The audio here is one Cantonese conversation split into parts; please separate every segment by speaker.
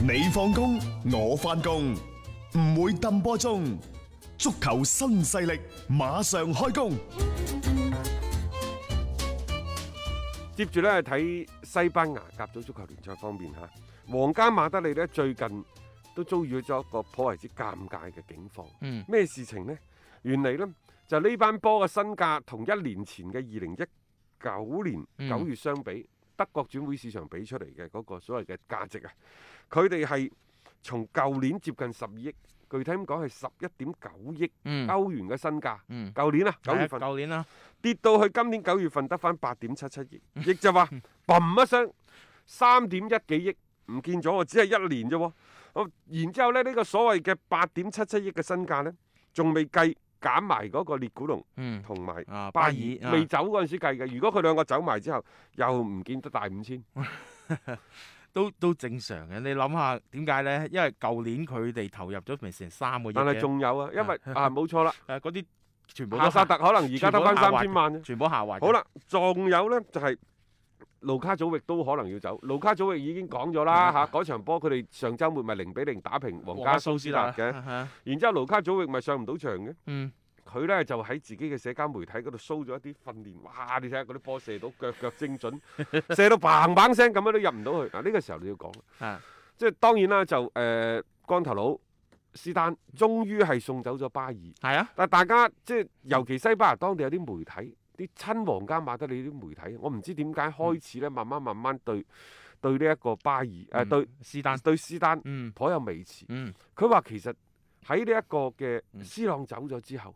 Speaker 1: 你放工，我翻工，唔會抌波中。足球新勢力馬上開工。
Speaker 2: 接住呢，睇西班牙甲組足球聯賽方面嚇，皇家馬德里呢，最近都遭遇咗一個頗為之尷尬嘅境況。
Speaker 3: 嗯
Speaker 2: 咩事情呢？原嚟呢，就呢班波嘅身價同一年前嘅二零一九
Speaker 3: 嗯
Speaker 2: 年九月相比，德國轉會市場俾出嚟嘅嗰個所謂嘅價值啊，佢哋係從舊年接近十二億，具體咁講係十一點九億
Speaker 3: 嗯
Speaker 2: 歐元嘅身價。
Speaker 3: 嗯，
Speaker 2: 舊年啊，九月份
Speaker 3: 係啊舊年啦，
Speaker 2: 跌到去今年九月份得翻八點七七億，亦就 話嘣一聲三點一幾億唔見咗喎，只係一年啫喎。好然之後咧，呢、個所謂嘅八點七七億嘅身價呢，仲未計減埋嗰個列古龍
Speaker 3: 嗯
Speaker 2: 同埋
Speaker 3: 啊
Speaker 2: 巴
Speaker 3: 巴
Speaker 2: 爾
Speaker 3: 爾
Speaker 2: 未走嗰陣時計嘅。如果佢兩個走埋之後，又唔見得大五 千。
Speaker 3: 都都正常嘅。你諗下點解咧？因為舊年佢哋投入咗咪成三個億
Speaker 2: 但係
Speaker 3: 嘅，
Speaker 2: 仲有啊，因 為啊冇錯啦，
Speaker 3: 誒嗰啲全部
Speaker 2: 夏
Speaker 3: 都
Speaker 2: 薩
Speaker 3: 下，
Speaker 2: 特可能而家得翻
Speaker 3: 全部都下
Speaker 2: 三
Speaker 3: 滑嘅
Speaker 2: 千萬啫。
Speaker 3: 全部下滑嘅。
Speaker 2: 好啦，仲有呢，就係、盧卡祖域都可能要走，盧卡祖域已經講咗啦嚇，嗰、場波佢哋上週末咪零比零打平皇
Speaker 3: 皇
Speaker 2: 嗯家
Speaker 3: 家
Speaker 2: 蘇
Speaker 3: 蘇
Speaker 2: 斯
Speaker 3: 斯
Speaker 2: 達
Speaker 3: 達
Speaker 2: 嘅，
Speaker 3: 嘅，
Speaker 2: 然之後盧卡祖域咪上唔到場嘅，
Speaker 3: 啊嗯，
Speaker 2: 佢呢就喺自己嘅社交媒體嗰度 show 咗一啲訓練，哇！你睇下嗰啲波射到腳腳精 準，射到砰砰聲咁樣都入唔到去，嗱、呢個時候你要講啦，
Speaker 3: 啊，
Speaker 2: 即係當然啦就誒、呃光頭佬斯丹終於係送走咗巴爾。
Speaker 3: 係啊，
Speaker 2: 但大家即係尤其西班牙當地有啲媒體，啲親皇家馬德里啲媒體，我唔知點解開始咧，慢慢慢慢對對呢一個巴爾誒、呃
Speaker 3: 嗯
Speaker 2: 對
Speaker 3: 是但，
Speaker 2: 對斯丹
Speaker 3: 嗯
Speaker 2: 頗有微詞。
Speaker 3: 嗯，
Speaker 2: 佢話其實喺呢一個嘅
Speaker 3: 嗯
Speaker 2: 斯朗走咗之後，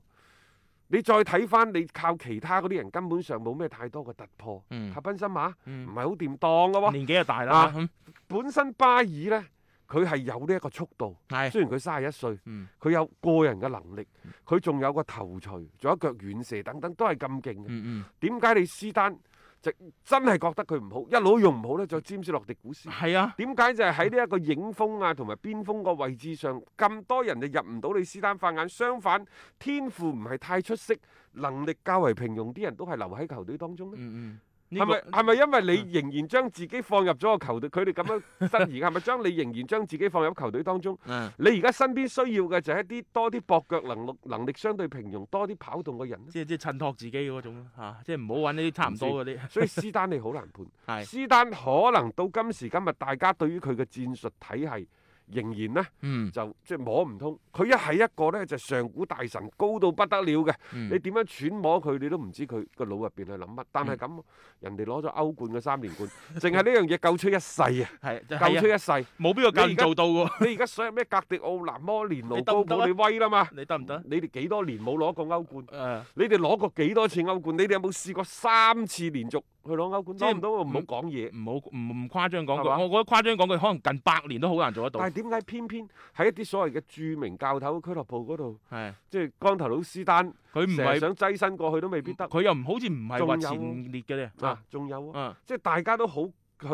Speaker 2: 你再睇翻你靠其他嗰啲人根本上冇咩太多嘅突破。
Speaker 3: 嗯
Speaker 2: 塔賓森馬
Speaker 3: 嗯
Speaker 2: 唔係好掂當嘅喎，
Speaker 3: 年紀又大
Speaker 2: 啊
Speaker 3: 啦，嗯
Speaker 2: 本身巴爾呢，佢係有呢一個速度，
Speaker 3: 係，
Speaker 2: 雖然佢三十一歲。
Speaker 3: 嗯
Speaker 2: 佢有個人嘅能力，佢仲有個頭槌，仲有一腳遠射等等，都係咁勁嘅。
Speaker 3: 嗯
Speaker 2: 點解你斯丹就真係覺得佢唔好，一路都用唔好呢？就詹士洛迪古斯
Speaker 3: 嗯，。係啊，
Speaker 2: 點解就係喺呢一個影鋒啊同埋邊鋒個位置上咁多人就入唔到你斯丹法眼？相反，天賦唔係太出色，能力較為平庸啲人都係留喺球隊當中呢。
Speaker 3: 嗯嗯，呢
Speaker 2: 係
Speaker 3: 個
Speaker 2: 咪係咪因為你仍然將自己放入咗個球隊，佢哋咁樣質疑，係咪將你仍然將自己放入球隊當中？
Speaker 3: 嗯，
Speaker 2: 你而家身邊需要嘅就係一啲多啲搏腳能力能力相對平庸、多啲跑動嘅人呢。
Speaker 3: 即係即係襯托自己嗰種咯嚇，即係唔好揾呢啲差唔多嗰啲，
Speaker 2: 所以斯丹你好難判。
Speaker 3: 係，
Speaker 2: 斯丹可能到今時今日，大家對於佢嘅戰術體系仍然呢
Speaker 3: 嗯
Speaker 2: 就即係摸唔通。佢一係一個呢，就上古大神，高到不得了嘅，
Speaker 3: 嗯
Speaker 2: 你點樣揣摩佢，你都唔知佢個腦入邊係諗乜。但
Speaker 3: 嗯
Speaker 2: 係咁，人哋攞咗歐冠嘅三連冠，淨係呢樣嘢救出一世啊！
Speaker 3: 係，就
Speaker 2: 救出
Speaker 3: 係啊
Speaker 2: 一世。
Speaker 3: 冇邊個教練做到喎？
Speaker 2: 你而家所有咩格迪奧拿、摩連奴、
Speaker 3: 你得
Speaker 2: 高
Speaker 3: 唔得
Speaker 2: 普，
Speaker 3: 啊
Speaker 2: 你威啦嘛！
Speaker 3: 你得唔得？
Speaker 2: 你哋幾多年冇攞過歐冠？
Speaker 3: 誒，
Speaker 2: 你哋攞過幾多次歐冠？你哋有冇試過三次連續去攞歐冠？
Speaker 3: 即
Speaker 2: 攞
Speaker 3: 係嗯
Speaker 2: 唔到我唔好
Speaker 3: 唔
Speaker 2: 講嘢。
Speaker 3: 唔好唔唔誇張講
Speaker 2: 係嘛
Speaker 3: 句，我覺得誇張講句，可能近百年都好難做得到
Speaker 2: 但。係點解偏偏喺一啲所謂嘅著名教頭俱樂部嗰度，
Speaker 3: 係，
Speaker 2: 即係光頭佬斯丹，
Speaker 3: 佢唔
Speaker 2: 成日
Speaker 3: 係
Speaker 2: 想躋身過去都未必得。
Speaker 3: 佢又唔好似唔係話
Speaker 2: 仲有
Speaker 3: 前列嘅啫。
Speaker 2: 啊
Speaker 3: 啊，，
Speaker 2: 仲有啊，
Speaker 3: 嗯，
Speaker 2: 即係大家都好去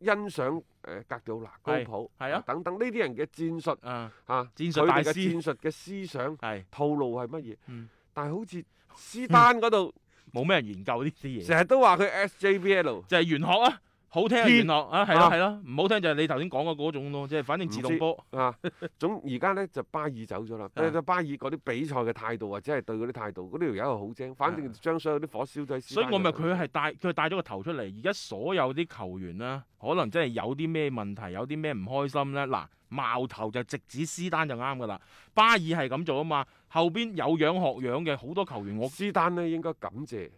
Speaker 2: 欣賞誒格調拿、高
Speaker 3: 係
Speaker 2: 普
Speaker 3: 係啊
Speaker 2: 等等呢啲人嘅戰術
Speaker 3: 啊，
Speaker 2: 啊，佢
Speaker 3: 戰術大
Speaker 2: 哋嘅
Speaker 3: 師
Speaker 2: 戰術嘅思想
Speaker 3: 係
Speaker 2: 套路係乜嘢？
Speaker 3: 嗯
Speaker 2: 但係好似斯丹嗰度
Speaker 3: 冇咩人研究呢啲嘢，
Speaker 2: 成日都話佢 SJBL。
Speaker 3: 就係玄學啊，好聽係玄學啊，係
Speaker 2: 啊
Speaker 3: 咯係咯，唔好聽就係你頭先講嘅嗰種咯，即係反正自動波。
Speaker 2: 啊， 總而家呢，就巴爾走咗啦，
Speaker 3: 啊
Speaker 2: 但係巴爾嗰啲比賽嘅態度或者係對嗰啲態度，嗰條友又好精，反正將所有啲火燒咗喺斯
Speaker 3: 啊所以
Speaker 2: 丹
Speaker 3: 我咪
Speaker 2: 嗰度
Speaker 3: 佢係帶佢係帶咗個頭出嚟，而家所有啲球員啦，可能真係有啲咩問題，有啲咩唔開心咧，嗱矛頭就直指斯丹就啱噶啦，巴爾係咁做啊嘛，後邊有樣學樣嘅好多球員我，
Speaker 2: 斯丹呢應該感謝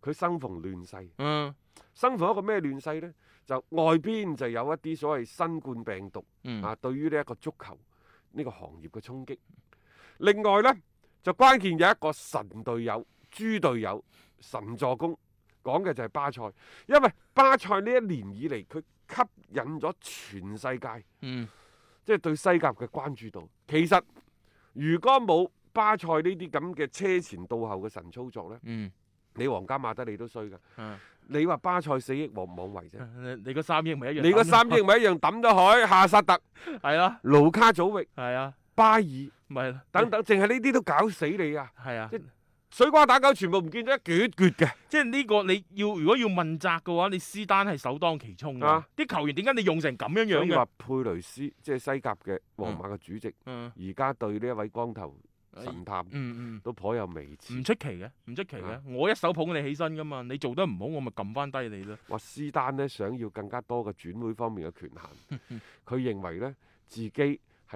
Speaker 2: 佢生逢亂世，
Speaker 3: 嗯
Speaker 2: 生逢一個咩亂世呢？就外邊就有一啲所謂新冠病毒
Speaker 3: 嗯
Speaker 2: 啊，對於呢一個足球呢個行業嘅衝擊。另外呢，就關鍵有一個神隊友、豬隊友、神助攻，講嘅就係巴塞，因為巴塞呢一年以嚟佢吸引咗全世界。
Speaker 3: 嗯
Speaker 2: 即係對西甲嘅關注度。其實如果冇巴塞呢啲咁嘅車前到後嘅神操作呢，
Speaker 3: 嗯，
Speaker 2: 你皇家馬德里都衰㗎。
Speaker 3: 啊
Speaker 2: 你話巴塞四億枉唔枉為啫？
Speaker 3: 你你個三億咪一樣，
Speaker 2: 你嗰三億咪一樣抌咗海夏薩特、
Speaker 3: 係啦，
Speaker 2: 盧卡祖域、
Speaker 3: 係啊，
Speaker 2: 巴爾
Speaker 3: 咪係咯
Speaker 2: 嗯等等，淨係呢啲都搞死你啊！
Speaker 3: 係啊
Speaker 2: 即，水瓜打狗全部唔見咗一橛橛嘅。
Speaker 3: 即係呢個你要如果要問責嘅話，你斯丹係首當其衝㗎
Speaker 2: 啊。
Speaker 3: 啲、球員點解你用成咁樣
Speaker 2: 所
Speaker 3: 樣
Speaker 2: 以
Speaker 3: 嘅
Speaker 2: 話？佩雷斯即係西甲嘅皇馬嘅主席，
Speaker 3: 嗯
Speaker 2: 而家對呢一位光頭
Speaker 3: 哎
Speaker 2: 神探
Speaker 3: 嗯
Speaker 2: 都頗有微
Speaker 3: 嗯，唔
Speaker 2: 詞。
Speaker 3: 出奇嘅，唔出奇嘅。
Speaker 2: 啊
Speaker 3: 我一手捧你起身㗎嘛，你做得唔好，我咪撳翻低你咯。
Speaker 2: 話斯丹呢想要更加多嘅轉會方面嘅權限， 佢認為呢自己係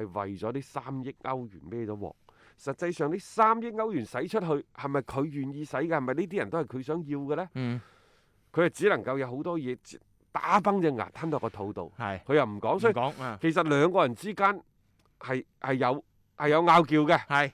Speaker 2: 為咗呢三億歐元孭咗鑊。實際上呢三億歐元使出去係咪佢願意使嘅？係咪呢啲人都係佢想要嘅呢？
Speaker 3: 嗯，
Speaker 2: 佢係只能夠有好多嘢打崩隻牙吞落個肚度，
Speaker 3: 係。
Speaker 2: 佢又唔講，
Speaker 3: 唔
Speaker 2: 所以
Speaker 3: 講啊，
Speaker 2: 其實兩個人之間係係有係有拗撬嘅，
Speaker 3: 係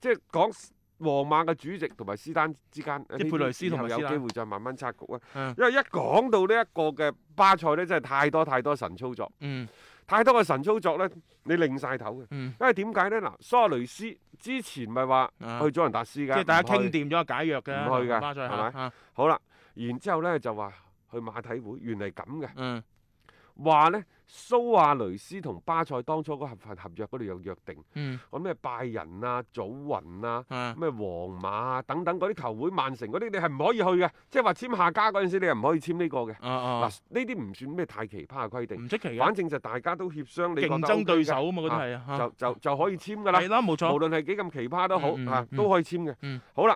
Speaker 2: 即係講皇馬嘅主席同埋斯丹之間，
Speaker 3: 即係佩雷斯同埋
Speaker 2: 有
Speaker 3: 斯丹
Speaker 2: 機會再慢慢拆局啊！
Speaker 3: 嗯
Speaker 2: 因為一講到呢一個嘅巴塞呢，真係太多太多神操作，
Speaker 3: 嗯
Speaker 2: 太多嘅神操作呢，你擰晒頭嘅。
Speaker 3: 嗯，
Speaker 2: 因為點解呢？嗱，蘇亞雷斯之前咪話
Speaker 3: 啊
Speaker 2: 去祖雲達斯
Speaker 3: 即
Speaker 2: 㗎，
Speaker 3: 係大家
Speaker 2: 唔去
Speaker 3: 傾掂咗解約嘅，
Speaker 2: 唔去嘅
Speaker 3: 巴塞
Speaker 2: 係
Speaker 3: 嚇
Speaker 2: 咪
Speaker 3: 嚇
Speaker 2: 好啦，然之後呢，就話去馬體會，原嚟咁嘅。
Speaker 3: 嗯
Speaker 2: 話呢，蘇亞雷斯同巴塞當初嗰合份合約嗰度有約定，
Speaker 3: 嗯
Speaker 2: 話咩拜仁啊、祖雲啊、
Speaker 3: 啊
Speaker 2: 咩皇馬啊等等嗰啲球會，曼城嗰啲你係唔可以去嘅，即係話簽下家嗰陣時你係唔可以簽呢個嘅。
Speaker 3: 啊
Speaker 2: 嗱、
Speaker 3: 啊，
Speaker 2: 呢啲唔算咩太奇葩嘅規定，
Speaker 3: 唔出奇嘅
Speaker 2: 反，正就大家都協商，你覺得
Speaker 3: 啊競
Speaker 2: OK
Speaker 3: 爭
Speaker 2: 嘅
Speaker 3: 對手啊嘛，嗰啲係啊
Speaker 2: 就
Speaker 3: 嚇，
Speaker 2: 就就可以簽㗎啦
Speaker 3: 係。啦，冇錯
Speaker 2: 無。論係幾咁奇葩都好，
Speaker 3: 嗯嗯
Speaker 2: 啊
Speaker 3: 嗯
Speaker 2: 都可以簽嘅。
Speaker 3: 嗯
Speaker 2: 好啦，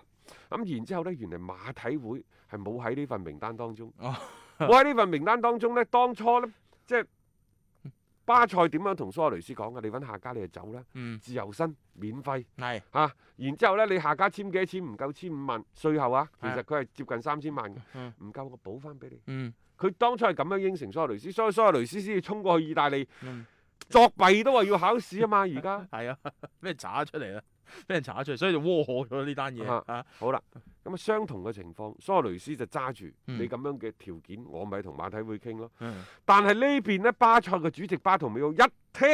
Speaker 2: 咁然之後呢，原嚟馬體會係冇喺呢份名單當中。
Speaker 3: 哦
Speaker 2: 冇喺呢份名單當中呢，當初呢，即係巴塞點樣同蘇亞雷斯講嘅？你揾下家你就走啦，
Speaker 3: 嗯，
Speaker 2: 自由身免費
Speaker 3: 係
Speaker 2: 嚇、啊然之後呢，你下家簽幾多錢？唔夠千五萬，税後啊，其
Speaker 3: 係
Speaker 2: 實佢係接近三千萬嘅，
Speaker 3: 嗯
Speaker 2: 唔夠我補翻俾你。
Speaker 3: 嗯
Speaker 2: 佢當初係咁樣應承蘇亞雷斯，所以蘇亞雷斯先至衝過去意大利
Speaker 3: 嗯，
Speaker 2: 作弊都話要考試啊 嘛！而家。
Speaker 3: 係啊， 俾人查出嚟啦，俾人查出嚟，所以就窩火咗呢單嘢
Speaker 2: 啊
Speaker 3: 啊。
Speaker 2: 好啦，咁啊相同嘅情況，蘇亞雷斯就揸住
Speaker 3: 嗯
Speaker 2: 你咁樣嘅條件，我咪同馬體會傾咯。
Speaker 3: 嗯，
Speaker 2: 但係呢邊呢，巴塞嘅主席巴圖美奧一聽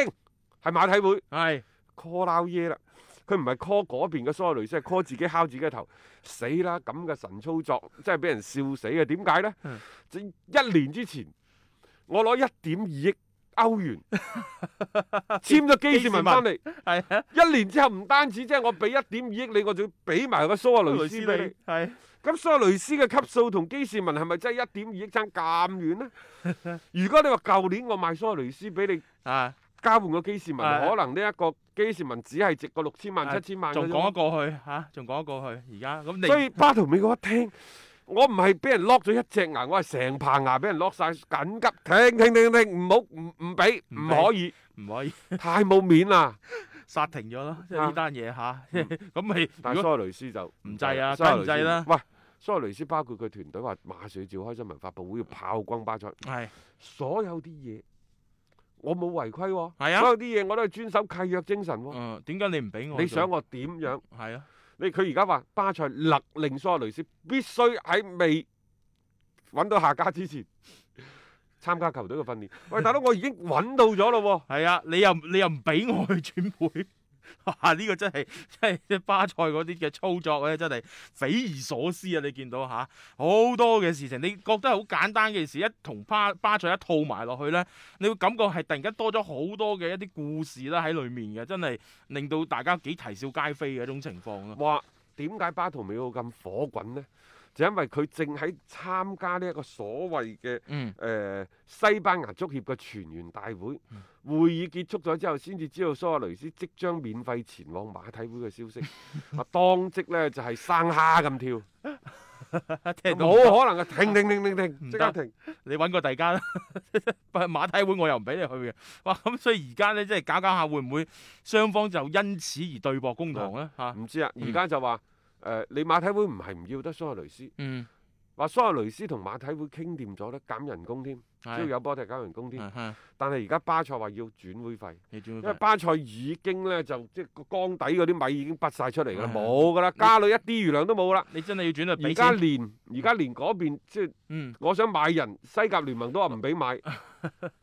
Speaker 2: 係馬體會
Speaker 3: 係
Speaker 2: call 撈耶啦，佢唔係 call 嗰邊嘅蘇亞雷斯，係 call 自己敲自己嘅頭，死啦！咁嘅神操作真係俾人笑死啊！點解呢
Speaker 3: 嗯？
Speaker 2: 就一年之前，我攞一點二億歐元 簽咗基士文翻嚟，
Speaker 3: 係啊，
Speaker 2: 一年之後唔單止即係我俾一點二億你，我仲要俾埋個蘇亞雷斯俾你。
Speaker 3: 係
Speaker 2: 咁所以雷斯嘅級數同基士文係咪真係一點二億爭咁遠呢？ 如果你話舊年我賣蘇亞雷斯俾你
Speaker 3: 啊，
Speaker 2: 交換個基士文，
Speaker 3: 係
Speaker 2: 可能呢一個基士文只係值個六千萬、
Speaker 3: 係
Speaker 2: 七千萬嘅
Speaker 3: 仲講得
Speaker 2: 啫。
Speaker 3: 過去嚇，仲講得過去。而家咁你
Speaker 2: 所以巴圖美我一聽，我唔係俾人 lock 咗一隻牙，我係成棚牙俾人 lock 晒，緊急停停停停，唔好唔唔俾，
Speaker 3: 唔
Speaker 2: 唔
Speaker 3: 俾
Speaker 2: 可以，
Speaker 3: 唔可以
Speaker 2: 太冇面啦。
Speaker 3: 殺停咗咯，即係呢
Speaker 2: 啊
Speaker 3: 單嘢嚇。咁咪
Speaker 2: 但
Speaker 3: 如
Speaker 2: 係
Speaker 3: 果
Speaker 2: 蘇亞雷斯就
Speaker 3: 唔制啊
Speaker 2: 蘇亞雷斯
Speaker 3: 梗唔制啦
Speaker 2: 喂，蘇亞雷斯包括佢團隊話馬上要召開新聞發佈會，要炮轟巴塞。
Speaker 3: 係
Speaker 2: 所有啲嘢我冇違規喎、
Speaker 3: 係啊
Speaker 2: 所有啲嘢我都係遵守契約精神喎、
Speaker 3: 嗯點解你唔俾我做？
Speaker 2: 你想我點樣？
Speaker 3: 係啊？
Speaker 2: 你佢而家話巴塞勒令蘇亞雷斯必須喺未揾到下家之前參加球隊嘅訓練。喂，大佬，我已經揾到咗咯
Speaker 3: 係啊，你又你又唔俾我去轉會，哇！呢、個真係真係即係巴塞嗰啲嘅操作咧，真係匪夷所思啊！你見到吓好多嘅事情，你覺得係好簡單嘅事，一同巴巴塞一套埋落去咧，你會感覺係突然間多咗好多嘅一啲故事啦喺裡面嘅，真係令到大家幾啼笑皆非嘅一種情況
Speaker 2: 喎。
Speaker 3: 咯。
Speaker 2: 話點解巴圖美奧咁火滾呢？就因為佢正喺參加呢一個所謂嘅。
Speaker 3: 嗯
Speaker 2: 誒、西班牙足協嘅全員大會
Speaker 3: 嗯
Speaker 2: 會議結束咗之後，先至知道蘇亞雷斯即將免費前往馬體會嘅消息。啊，當即呢就係、生蝦咁跳，
Speaker 3: 聽到
Speaker 2: 冇可能啊！停停停停停，
Speaker 3: 唔
Speaker 2: 即
Speaker 3: 得
Speaker 2: 刻停。
Speaker 3: 你揾個第間啦， 馬體會我又唔俾你去嘅。哇！咁所以而家咧，即係搞搞下，會唔會雙方就因此而對簿公堂咧？嚇、
Speaker 2: 唔知啊，
Speaker 3: 嗯
Speaker 2: 而家就話誒、呃你馬體會唔係唔要得蘇亞雷斯，
Speaker 3: 嗯，
Speaker 2: 話蘇亞雷斯同馬體會傾掂咗咧，減人工添，只要
Speaker 3: 係
Speaker 2: 有波踢減人工添。
Speaker 3: 係係
Speaker 2: 但係而家巴塞話要轉會費，
Speaker 3: 你轉會
Speaker 2: 因為
Speaker 3: 費
Speaker 2: 巴塞已經呢就即係個缸底嗰啲米已經畢晒出嚟㗎啦，
Speaker 3: 係
Speaker 2: 冇㗎啦，家裏一啲餘糧都冇啦。
Speaker 3: 你真係要轉去
Speaker 2: 而
Speaker 3: 俾
Speaker 2: 家
Speaker 3: 錢，
Speaker 2: 連而家連嗰邊即係
Speaker 3: 嗯，
Speaker 2: 我想買人，西甲聯盟都話唔俾 買，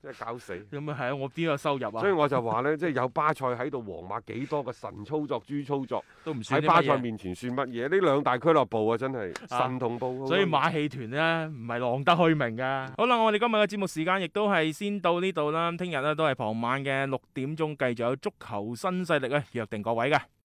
Speaker 2: 真係搞死。
Speaker 3: 咁啊係啊，我邊有收入
Speaker 2: 所以
Speaker 3: 啊？
Speaker 2: 我就話呢，即係有巴塞喺度，皇馬幾多個神操作、豬操作
Speaker 3: 都唔算
Speaker 2: 喺
Speaker 3: 啲
Speaker 2: 巴
Speaker 3: 乜
Speaker 2: 塞
Speaker 3: 嘢。
Speaker 2: 面前算乜嘢？呢兩大俱樂部啊，真係
Speaker 3: 啊
Speaker 2: 神同步。
Speaker 3: 所以馬戲團咧唔係浪得虛名噶。好啦，我哋今日嘅節目時間亦都係先到啊呢度啦。聽日咧都係傍晚嘅六點鐘，繼續有足球新勢力咧約定各位嘅。